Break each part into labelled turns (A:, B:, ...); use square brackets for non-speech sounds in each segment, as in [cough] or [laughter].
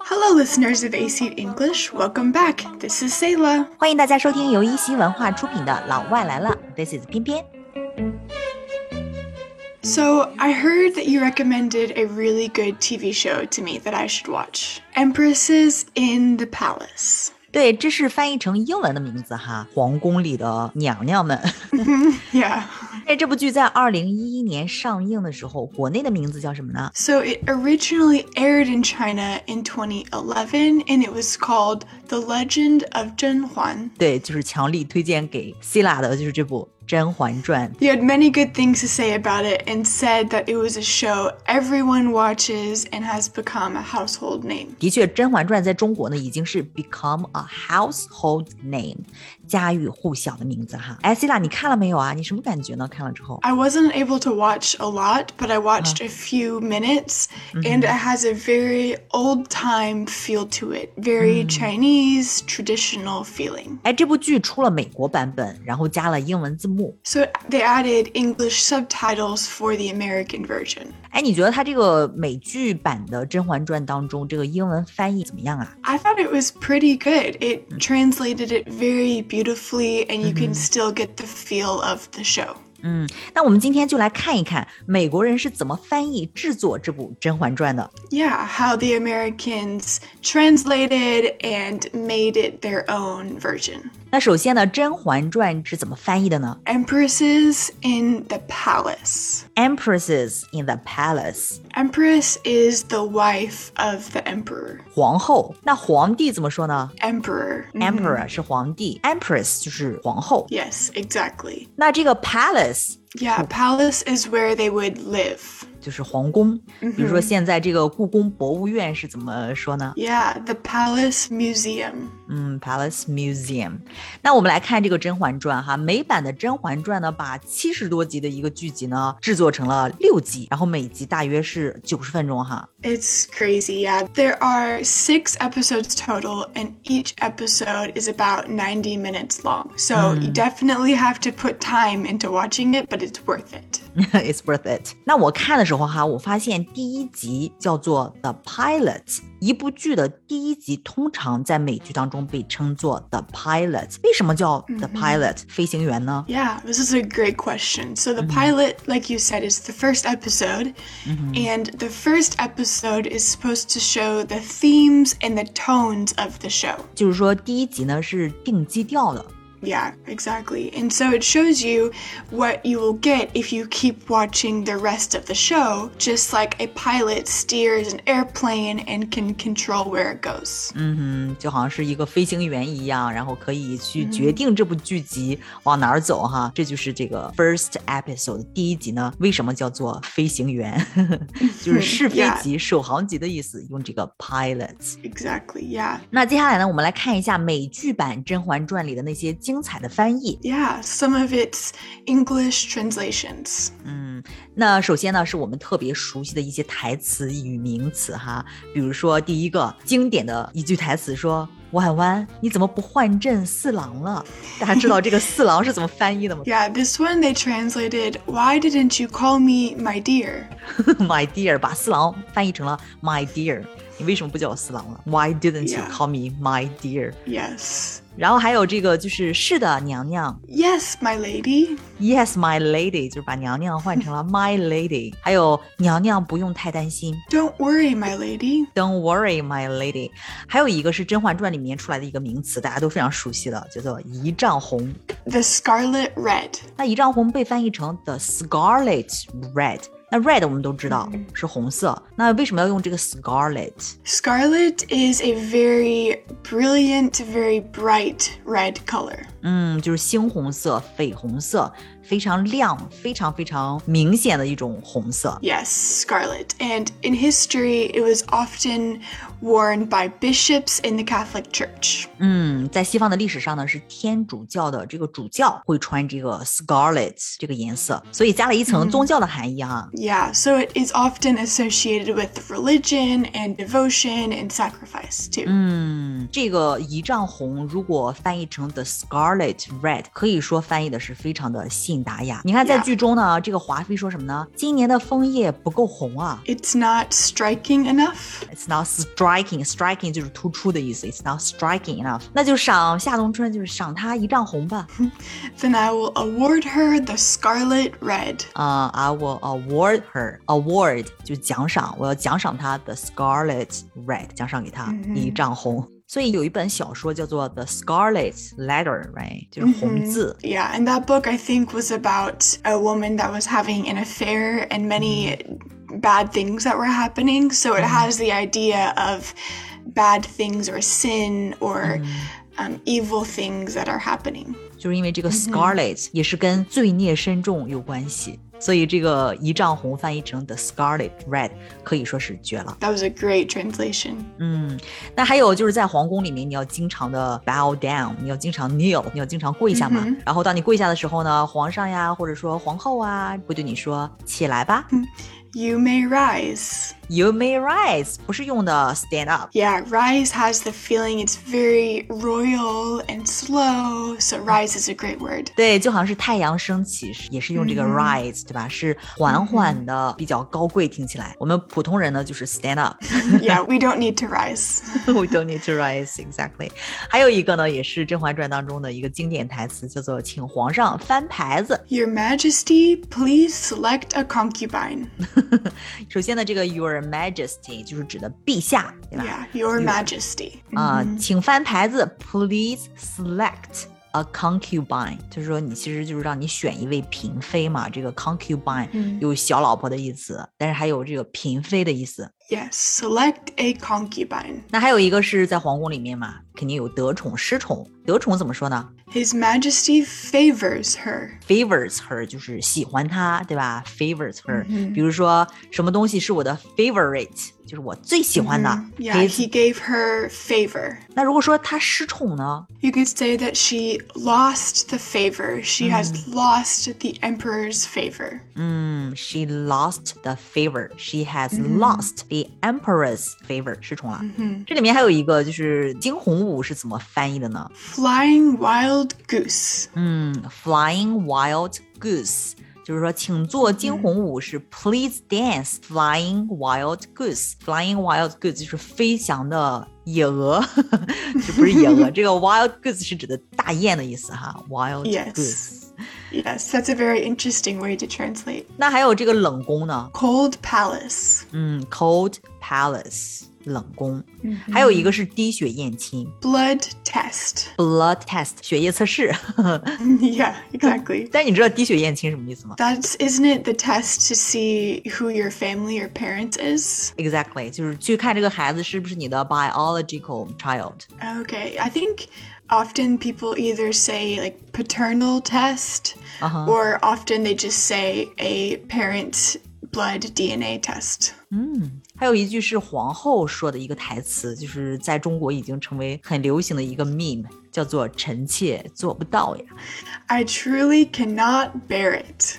A: Hello, listeners of AC English. Welcome back. This is Sayla.
B: 欢迎大家收听由一席文化出品的《老外来了》，This is 偏偏。
A: So, I heard that you recommended a really good TV show to me that I should watch Empresses in the Palace.
B: 对，这是翻译成英文的名字哈，《皇宫里的娘娘们》。
A: Yeah.
B: 哎，这部剧 [laughs] 在二零一一年上映的时候，国内的名字叫什么呢？
A: So, it originally aired in China in 2011 and it was called The Legend of Zhen Huan.
B: 对，就是强力推荐给希腊的，就是这部《甄嬛传》。
A: You had many good things to say about it and said that it was a show everyone watches and has become a household name.
B: 的确，《甄嬛传》在中国呢已经是 become a household name，家喻户晓的名字哈。哎，希腊，你看了没有啊？你什么感觉呢？看了之后，
A: I wasn't able to watch a lot, but I watched a few minutes, and it has a very old time feel to it, very Chinese traditional feeling.
B: 哎，这部剧出了美国版本，然后加了英文字幕。
A: So they added English subtitles for the American version.
B: 哎，你觉得它这个美剧版的《甄嬛传》当中，这个英文翻译怎么样啊？
A: I thought it was pretty good. It translated it very beautifully, and you can still get the feel of the show.
B: 嗯，那我们今天就来看一看美国人是怎么翻译制作这部《甄嬛传》的。
A: Yeah, how the Americans translated and made it their own version.
B: 那首先呢，《甄嬛传》是怎么翻译的呢
A: Empresses in the palace.
B: ？Empresses in the palace，
A: Empress is the wife of the emperor.
B: 皇后。那皇帝怎么说呢
A: Emperor.
B: ？Emperor 是皇帝，Empress 就是皇后。
A: Yes, exactly.
B: 那这个 palace
A: Yeah, palace is where they would live.
B: 就是皇宫。比如说现在这个故宫博物院是怎么说呢？
A: Yeah, the palace museum.
B: 嗯，Palace Museum。那我们来看这个《甄嬛传》哈，美版的《甄嬛传》呢，把七十多集的一个剧集呢制作成了六集，然后每集大约是九十分钟哈。 [laughs]
A: It's crazy, yeah. There are six episodes total, and each episode is about 90 minutes long. So you definitely have to put time into watching it, but it's worth it.
B: It's worth it。那我看的时候哈，我发现第一集叫做 The Pilot。一部剧的第一集通常在美剧当中被称作 The Pilot。为什么叫 The Pilot、飞行员呢？
A: Yeah, this is a great question. So, the pilot, like you said, is the first episode, and the first episode is supposed to show the themes and the tones of the show.
B: 就是说第一集呢是定基调的。
A: Yeah, exactly. And so, it shows you what you will get if you keep watching the rest of the show, just like a pilot steers an airplane and can control where it goes.
B: 嗯，就好像是一个飞行员一样，然后可以去决定这部剧集往哪儿走哈。这就是这个 first episode 第一集呢，为什么叫做飞行员？ [laughs] 就是试飞
A: Yeah
B: 级、首航级的意思，用这个 pilot。
A: Exactly, yeah.
B: 那接下来呢，我们来看一下美剧版《甄嬛传》里的那些精彩的翻译。
A: Yeah, some of its English translations.
B: 嗯，那首先呢，是我们特别熟悉的一些台词与名词哈，比如说第一个经典的一句台词说：“婉婉，你怎么不换阵四郎了？”大家知道这个四郎是怎么翻译的吗 [laughs]
A: Yeah, this one they translated, Why didn't you call me my dear?
B: ？My dear，把四郎翻译成了 My dear，你为什么不叫我四郎了？Why didn't you
A: Yeah.
B: call me my dear？
A: Yes.
B: 然后还有这个就是是的，娘娘
A: Yes, my lady.
B: ，Yes my lady，就是把娘娘换成了 [laughs] my lady，还有娘娘不用太担心。
A: Don't worry, my lady.
B: Don't worry, my lady。还有一个是《甄嬛传》里面出来的一个名词，大家都非常熟悉的，叫做一丈红。
A: The scarlet red.
B: 那一丈红被翻译成 the scarlet red。那 red 我们都知道是红色，那为什么要用这个 scarlet？
A: Scarlet is a very brilliant, very bright red color.
B: 嗯，就是猩红色、绯红色，非常亮、非常非常明显的一种红色。
A: Yes, scarlet. And in history, it was often worn by bishops in the Catholic Church.
B: 嗯，在西方的历史上呢，是天主教的这个主教会穿这个 scarlet 这个颜色，所以加了一层宗教的含义啊。
A: Yeah, so it is often associated with religion and devotion and sacrifice too.
B: 嗯，这个一丈红如果翻译成 the scarlet Scarlet Red，可以说翻译的是非常的信达雅。你看在
A: Yeah
B: 剧中呢，这个华妃说什么呢？今年的枫叶不够红啊。
A: It's not striking enough.
B: It's not striking. Striking 就是突出的意思。It's not striking enough. 那就赏夏冬春，就是赏她一丈红吧。
A: Then I will award her the scarlet red.
B: 啊、i will award her award 就是奖赏，我要奖赏她 the scarlet red，奖赏给她
A: 嗯哼
B: 一丈红。所以有一本小说叫做《The Scarlet Letter》，right，就是红字。
A: Yeah, and that book I think was about a woman that was having an affair and many bad things that were happening. So it has the idea of bad things or sin
B: Mm-hmm.
A: or um, evil things that are happening.
B: 就是因为这个 Scarlet 也是跟罪孽深重有关系，所以这个一丈红翻译成 The Scarlet Red 可以说是绝了。
A: That was a great translation.
B: 嗯，那还有就是在皇宫里面，你要经常的 bow down，你要经常 kneel，你要经常跪下嘛。
A: 嗯
B: 然后当你跪下的时候呢，皇上呀，或者说皇后啊，会对你说起来吧、
A: You may rise.
B: y o u may rise，不是用的 stand up。
A: Yeah, rise has the feeling it's very royal and slow. So rise is a great word.
B: 对，就好像是太阳升起，是也是用这个
A: 嗯
B: rise，、对吧？是缓缓的，比较高贵，听起来。我们普通人呢，就是 stand up。 [laughs]
A: yeah, we don't need to rise.
B: We don't need to rise exactly。还有一个呢，也是《甄嬛传》当中的一个经典台词，叫做“请皇上翻牌子”。
A: Your Majesty, please select a concubine.
B: 首先呢，这个 Your Majesty 就是指的陛下，对吧？
A: Yeah, Your Majesty.
B: 啊、
A: Mhm.
B: 请翻牌子，Please select a concubine，就是说你其实就是让你选一位嫔妃嘛。这个 concubine
A: 嗯
B: 有小老婆的意思，但是还有这个嫔妃的意思。
A: Yes, select a concubine.
B: 那还有一个是在皇宫里面嘛，肯定有得宠、失宠。得宠怎么说呢
A: His Majesty favors her.
B: ？Favors her 就是喜欢她，对吧？Favors her，、
A: 嗯
B: 比如说什么东西是我的 favorite，就是我最喜欢的。
A: Mhm. Yeah,
B: His-
A: he gave her favor.
B: 那如果说她失宠呢？
A: You could say that she lost the favor. She has lost the emperor's favor.
B: 嗯，she lost the favor. She has lost the emperor's favor. 失宠了。
A: Mhm.
B: 这里面还有一个就是惊鸿舞是怎么翻译的呢？
A: Flying wild goose.
B: 嗯，flying wild goose，就是说请做惊鸿舞是 please dance flying wild goose. Flying wild goose 就是飞翔的野鹅， [laughs] 这不是野鹅，这个 wild goose 是指的大雁的意思哈，wild
A: Yes.
B: goose。
A: Yes, that's a very interesting way to translate.
B: 那还有这个冷宫呢？
A: Cold palace.
B: 嗯，cold palace 冷宫，还有一个是滴血验亲
A: Blood test.
B: （blood test） 血液测试。 [laughs]
A: [laughs] yeah, exactly.
B: 但你知道滴血验亲什么意思吗
A: That's isn't it the test to see who your family or parents is?
B: ？Exactly，就是去看这个孩子是不是你的 biological child。
A: Okay, I think often people either say like paternal test
B: 啊哈，
A: or often they just say a parent blood DNA test.
B: 嗯，还有一句是皇后说的一个台词，就是在中国已经成为很流行的一个 meme，叫做“臣妾做不到呀
A: I truly cannot bear it.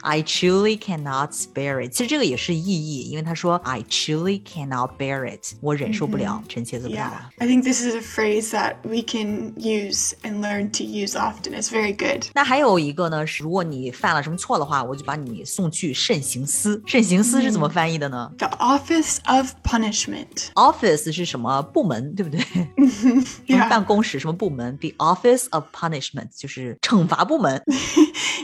B: ”，I truly cannot bear it。其实这个也是意译，因为他说 I truly cannot bear it，我忍受不了，臣妾做不到
A: Yeah.
B: 啊。
A: I think this is a phrase that we can use and learn to use often. It's very good.
B: 那还有一个呢，是如果你犯了什么错的话，我就把你送去慎刑司。慎刑司是怎么翻译的呢、
A: The office of punishment.
B: o f f i c e 是什么部门，对不对？什么
A: Yeah.
B: 办公室什么部门？The Office of Punishment 就是惩罚部 [laughs] 门。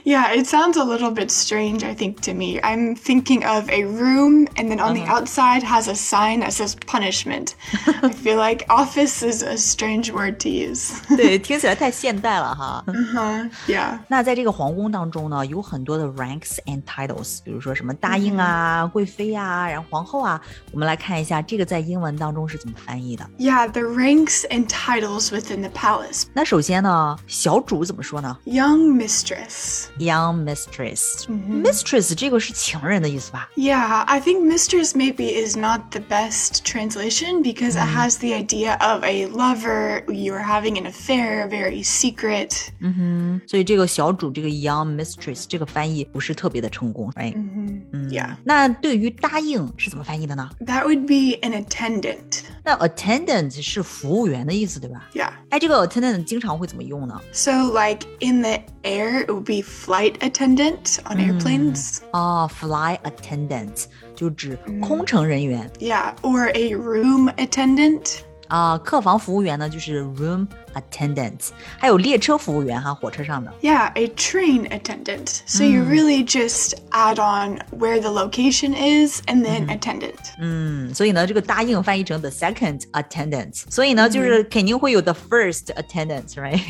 A: Yeah, it sounds a little bit strange, I think, to me. I'm thinking of a room, and then on the outside has a sign that says punishment. I feel like office is a strange word to use.
B: 对，听起来太现代了哈。
A: uh-huh. Yeah.
B: 那在这个皇宫当中呢，有很多的 ranks and titles，比如说什么答应啊、贵妃啊，然后皇后啊。我们来看一下这个在英文当中是怎么翻译的。
A: Yeah, the ranks and titles within the palace.
B: 那首先呢，小主怎么说呢
A: Young mistress.
B: ？Young mistress。Mistress 这个是情人的意思吧？
A: Yeah, I think mistress maybe is not the best translation because it has the idea of a lover, you are having an affair, very secret.
B: 嗯哼，所以这个小主这个 young mistress 这个翻译不是特别的成功，right？嗯
A: Yeah.
B: 那对于答应是怎么翻译的呢？
A: That would be an attendant.
B: 那 attendant 是服务员的意思，对吧？
A: Yeah.
B: 哎，哎，这个 attendant 经常会怎么用呢？
A: So, like in the air, it would be flight attendant on
B: Mm.
A: airplanes.
B: 哦，fly attendant 就指空乘人员
A: Yeah, or a room attendant.
B: 啊、客房服务员呢就是 room attendant，还有列车服务员哈，火车上的。
A: Yeah, a train attendant. So you really just add on where the location is and then attendant. [laughs]
B: 嗯，所以呢，这个答应翻译成 the second attendant，所以呢，就是肯定会有 the first attendant，right？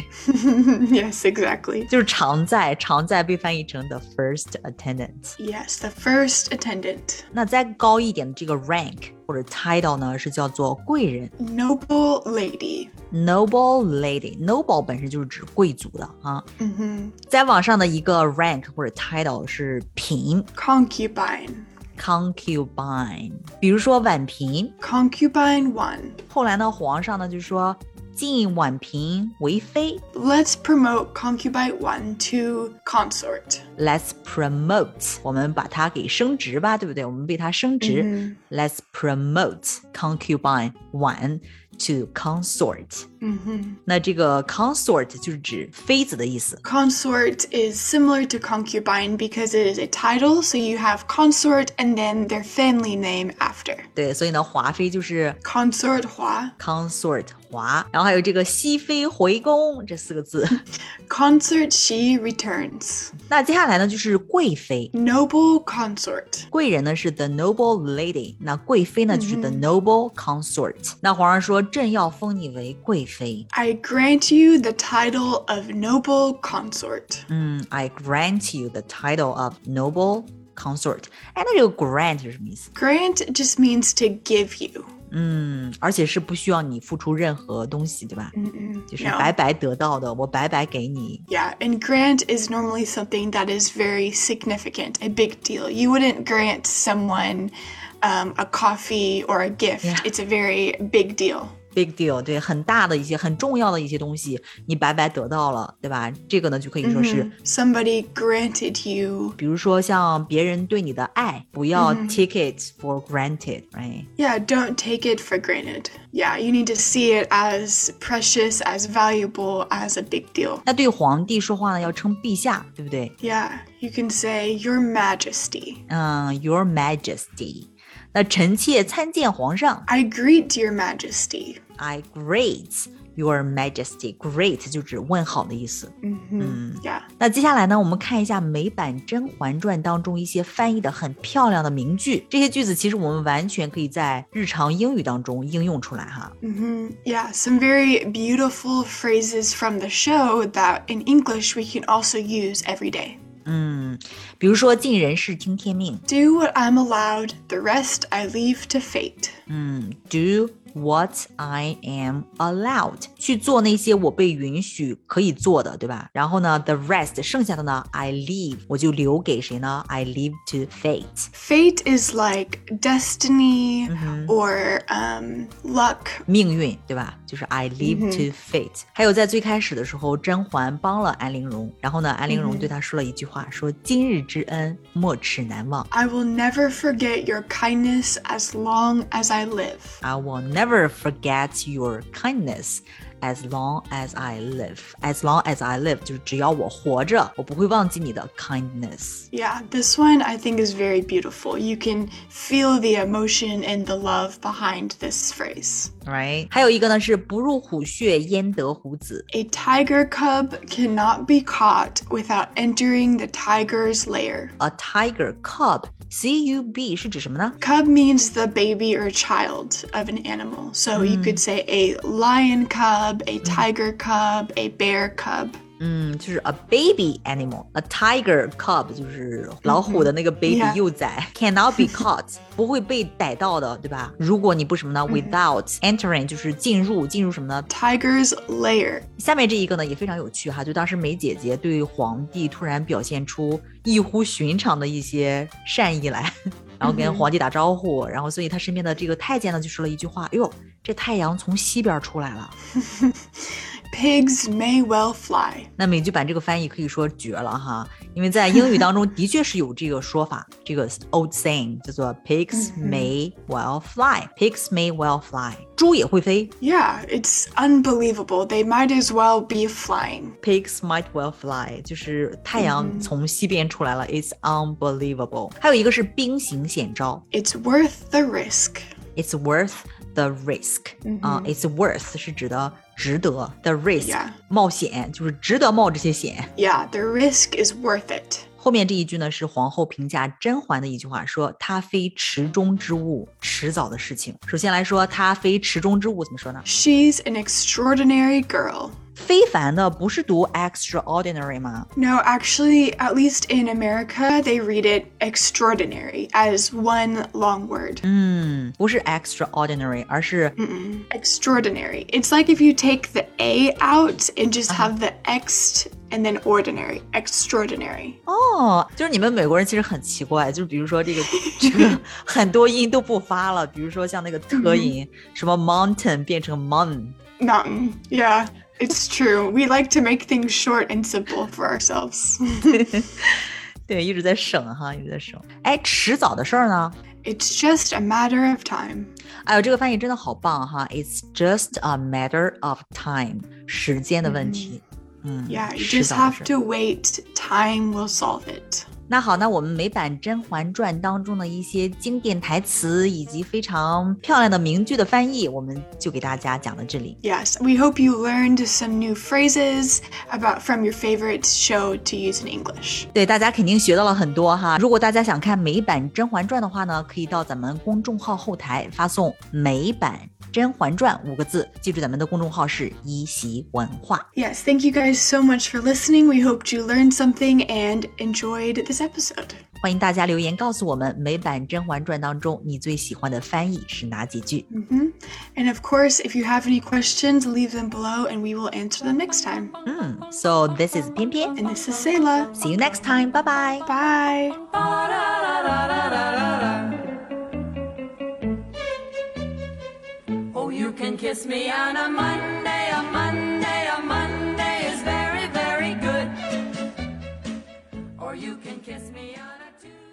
A: yes, exactly.
B: [laughs] 就是常在，常在被翻译成 the first attendant。
A: Yes, the first attendant.
B: 那再高一点的这个 rank 或者 title 呢，是叫做贵人
A: Noble lady.
B: noble lady。noble 本身就是指贵族的啊。
A: hmm
B: 再往上的一个 rank 或者 title 是嫔
A: Concubine.
B: concubine，比如说婉嫔。
A: Concubine 1.
B: 后来呢，皇上呢就说晋婉嫔为妃
A: Let's promote concubine 1 to consort.
B: ，let's promote，我们把她给升职吧，对不对？我们为她升职。
A: Mhm.
B: Let's promote concubine one to consort。
A: Mhm.
B: 那这个 consort 就是指妃子的意思。
A: Consort is similar to concubine because it is a title, so you have consort and then their family name after.
B: 对，所以呢，华妃就是
A: Consort Hua.
B: consort 华，然后还有这个熹妃回宫这四个字。 [laughs]
A: Consort she returns.
B: 那接下来呢，就是贵妃。
A: Noble consort.
B: 贵人呢是 the noble lady，那贵妃呢就是 the
A: 嗯
B: noble consort。那皇上说，朕要封你为贵妃。
A: I grant you the title of noble consort.
B: 嗯，I grant you the title of noble consort。哎，那这个 grant 是什么意思？
A: Grant just means to give you.
B: 嗯，而且是不需要你付出任何东西，对吧？
A: Mm-mm.
B: 就是
A: No.
B: 白白得到的，我白白给你。
A: Yeah, and grant is normally something that is very significant, a big deal. You wouldn't grant someone um, a coffee or a gift,
B: Yeah.
A: it's a very big deal.
B: Big deal，对，很大的一些很重要的一些东西，你白白得到了，对吧？这个呢就可以说是，
A: Mhm. Somebody granted you.
B: 比如说像别人对你的爱，不要
A: 嗯
B: take it for granted，right？
A: Yeah, don't take it for granted. Yeah, you need to see it as precious, as valuable, as a big deal.
B: 那对皇帝说话呢，要称陛下，对不对？
A: Yeah, you can say, Your Majesty.
B: 嗯，Your Majesty。那臣妾参见皇上
A: I greet Your Majesty.
B: ，I greet Your Majesty。Great 就指问好的意思。
A: hmm Yeah.
B: 那接下来呢，我们看一下美版《甄嬛传》当中一些翻译的很漂亮的名句。这些句子其实我们完全可以在日常英语当中应用出来哈。
A: hmm Yeah, some very beautiful phrases from the show that in English we can also use every day.
B: 嗯，比如说“尽人事，听天命
A: Do what I'm allowed, the rest I leave to fate. ”，
B: 嗯，“do what I am allowed”，去做那些我被允许可以做的，对吧？然后呢，the rest 剩下的呢，I leave 我就留给谁呢？I leave to fate。
A: Fate is like destiny
B: Mhm.
A: or um, luck.
B: 命运，对吧？就是 I leave
A: 嗯哼
B: to fate、还有在最开始的时候，甄嬛帮了安陵容，然后呢，安
A: 嗯
B: 陵容
A: 哼
B: 对她说了一句话，说今日之恩，莫齿难忘。
A: I will never forget your kindness as long as I live.
B: I will never forget your kindness as long as I live. As long as I live，就是只要我活着，我不会忘记你的 kindness。
A: Yeah, this one I think is very beautiful. You can feel the emotion and the love behind this phrase.
B: Right？还有一个呢是不入虎穴，焉得虎子。
A: A tiger cub cannot be caught without entering the tiger's lair.
B: A tiger cub, C U B 是指什么呢？
A: Cub means the baby or child of an animal. So you could say a lion cub, a tiger cub, a bear cub.
B: 嗯，就是 a baby animal，a tiger cub 就是老虎的那
A: 嗯
B: 个 baby
A: Yeah.
B: 幼崽、c a n n o t be caught [laughs] 不会被逮到的，对吧？如果你不什么呢、w
A: 嗯
B: i t h o u t entering 就是进入，进入什么呢？
A: Tiger's lair.
B: 下面这一个呢也非常有趣哈，就当时梅姐姐对皇帝突然表现出异乎寻常的一些善意来，然后跟
A: 嗯哼
B: 皇帝打招呼，然后所以她身边的这个太监呢就说了一句话：“哎呦，这太阳从西边出来了。
A: pigs may well fly.
B: 那美剧版这个翻译可以说绝了哈，因为在英语
A: [laughs]
B: 当中的确是有这个说法，这个 old saying 叫做 pigs
A: 嗯哼
B: may well fly，pigs may well fly，猪也会飞
A: Yeah, it's unbelievable. They might as well be flying.
B: ，pigs might well fly，就是太
A: 嗯
B: 阳从西边出来了、i t s unbelievable。还有一个是兵行险招
A: It's worth the risk.
B: ，it's worth the risk，
A: 嗯
B: 啊、
A: 哼
B: i t s worth 是指的值得，the risk、
A: Yeah
B: 冒险就是值得冒这些险。
A: Yeah, the risk is worth it.
B: 后面这一句呢，是皇后评价甄嬛的一句话，说她非池中之物，迟早的事情。首先来说，她非池中之物怎么说呢？
A: She's an extraordinary girl.
B: 非凡的不是读 extraordinary 吗？
A: No, actually, at least in America, they read it extraordinary as one long word.
B: 嗯，不是 extraordinary，而是
A: Mm-mm. Extraordinary. It's like if you take the A out and just have the ext and then ordinary. Extraordinary.
B: 哦，就是你们美国人其实很奇怪，就是比如说这个这个很多音都不发了，比如说像那个特音，什么 mountain 变成 mon，
A: Mountain. mm, Yeah, it's true. We like to make things short and simple for ourselves.
B: 对，一直在省哈，一直在省。哎，迟早的事儿呢？
A: it's just a matter of time.
B: 哎呦，这个翻译真的好棒哈！It's just a matter of time，时间的问题。嗯
A: Yeah, you
B: 迟
A: just
B: 早的
A: have
B: 事。
A: to wait. Time will solve it.
B: 那好，那我们美版《甄嬛传》当中的一些经典台词以及非常漂亮的名句的翻译，我们就给大家讲到这里。
A: Yes, we hope you learned some new phrases about from your favorite show to use in English.
B: 对，大家肯定学到了很多哈。如果大家想看美版《甄嬛传》的话呢，可以到咱们公众号后台发送“美版甄嬛传”五个字，记住咱们的公众号是一席文化。
A: Yes, thank you guys so much for listening. We hoped you learned something and enjoyed this episode.
B: 欢迎大家留言告诉我们美版《甄嬛传》当中你最喜欢的翻译是哪几句。
A: hmm And of course, if you have any questions, leave them below and we will answer them next time.
B: 嗯，So this is 偏偏
A: And this is Sayla.
B: ，See you next time，拜拜。
A: Bye.
C: Oh, you can kiss me on a Monday, a Monday, a Monday is very, very good. Or you can kiss me on a Tuesday.